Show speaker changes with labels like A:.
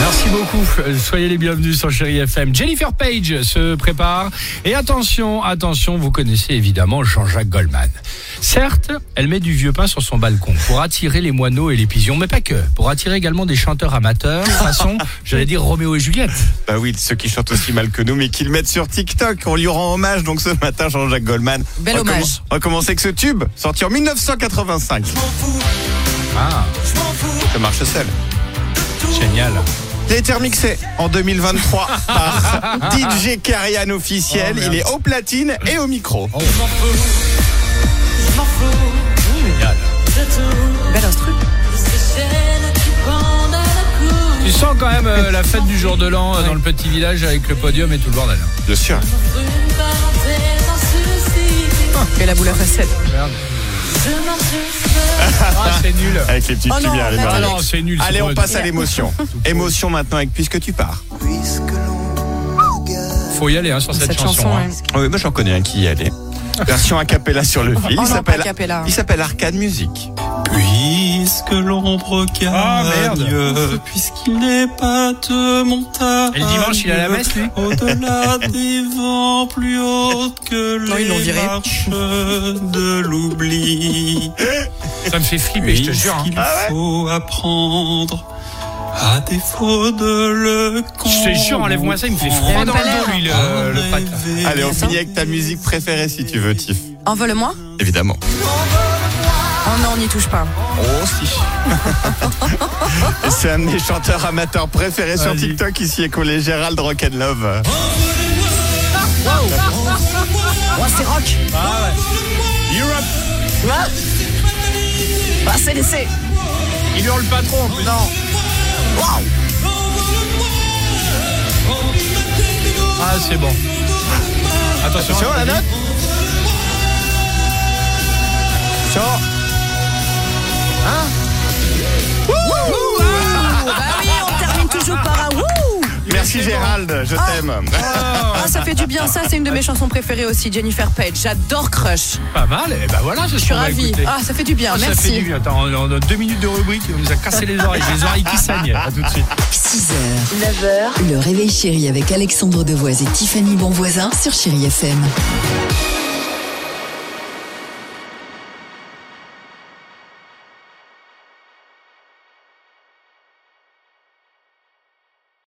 A: Merci beaucoup. Soyez les bienvenus sur Chéri FM. Jennifer Page se prépare. Et attention, attention, vous connaissez évidemment Jean-Jacques Goldman. Certes, elle met du vieux pain sur son balcon pour attirer les moineaux et les pigeons, mais pas que. Pour attirer également des chanteurs amateurs, façon, j'allais dire Roméo et Juliette.
B: Bah oui, ceux qui chantent aussi mal que nous, mais qui le mettent sur TikTok. On lui rend hommage donc ce matin, Jean-Jacques Goldman.
C: Bel
B: on va
C: hommage.
B: commen- On va commencer avec ce tube, sorti en 1985.
A: Ah,
B: Ça marche seul.
A: génial.
B: Il a été remixé en 2023 par DJ Karian officiel.
A: Oh, merde.
B: Il est au platine et au micro.
A: Oh. Génial.
C: Bel instru.
A: Tu sens quand même euh, la fête du jour de l'an euh, dans le petit village avec le podium et tout le bordel. hein.
B: Bien sûr.
C: Oh, Et la boule à facettes.
A: Merde. Ah, c'est nul.
B: Avec les petites
C: Oh non,
B: lumières,
C: arrête,
B: les
A: Ah
B: marionnettes.
A: non, c'est nul. c'est
B: Allez,
A: pour
B: on
A: eux.
B: passe à l'émotion. Émotion maintenant avec Puisque tu pars.
A: Faut y aller hein, sur cette,
C: Cette chanson,
A: hein.
C: ouais.
B: Oui, moi j'en connais un qui y allait. Version a cappella sur le fil.
C: Oh non,
B: Il s'appelle-
C: pas a cappella.
B: il s'appelle Arcade Music.
D: Puisque l'ombre
A: Ah, merde.
D: cagne, puisqu'il n'est pas de montagne.
A: Et le dimanche, il est à la messe, lui
D: Au-delà des vents plus hauts que
C: Non, ils l'ont
D: les
C: viré.
D: marches de l'oubli.
A: Ça me fait flipper, je te jure. hein.
D: Puisqu'il
B: Ah
D: faut apprendre à défaut de le
A: Je te jure, enlève-moi ça, il me fait
C: même
A: froid dans
C: Oh. pas
A: le dos,
C: l'air. hein.
A: lui, le, le pâte.
B: Allez, on
C: Attends.
B: finit avec ta musique préférée si tu veux, Tiff.
C: Envole-moi.
B: Évidemment.
C: Oh non, on n'y touche pas.
B: Oh si. Et C'est un de mes chanteurs amateurs préférés sur
A: Vas-y.
B: TikTok ici écolé Gérald Rock'n'Love.
C: Oh, c'est rock.
A: Europe
C: Ah, c'est laissé.
A: Il hurle pas trop en plus. Non. Ah, c'est bon. Attention,
B: Attention la note. Attention. Hein
C: Ah oui, on termine toujours par un wouh. Oh.
B: Merci Gérald, je t'aime.
C: Ah, ça fait du bien, ça, c'est une de mes chansons préférées aussi, Jennifer Page. J'adore Crush.
A: Pas mal, et ben voilà, je
C: Je suis ravie. Ah, ça fait du bien,
A: Ah, ça fait du
C: merci.
A: bien. Attends, on on a deux minutes de rubrique, on nous a cassé les oreilles, les oreilles qui saignent. À tout de suite.
C: 6h, 9h, le réveil chéri avec Alexandre Devoise et Tiffany Bonvoisin sur Chéri FM.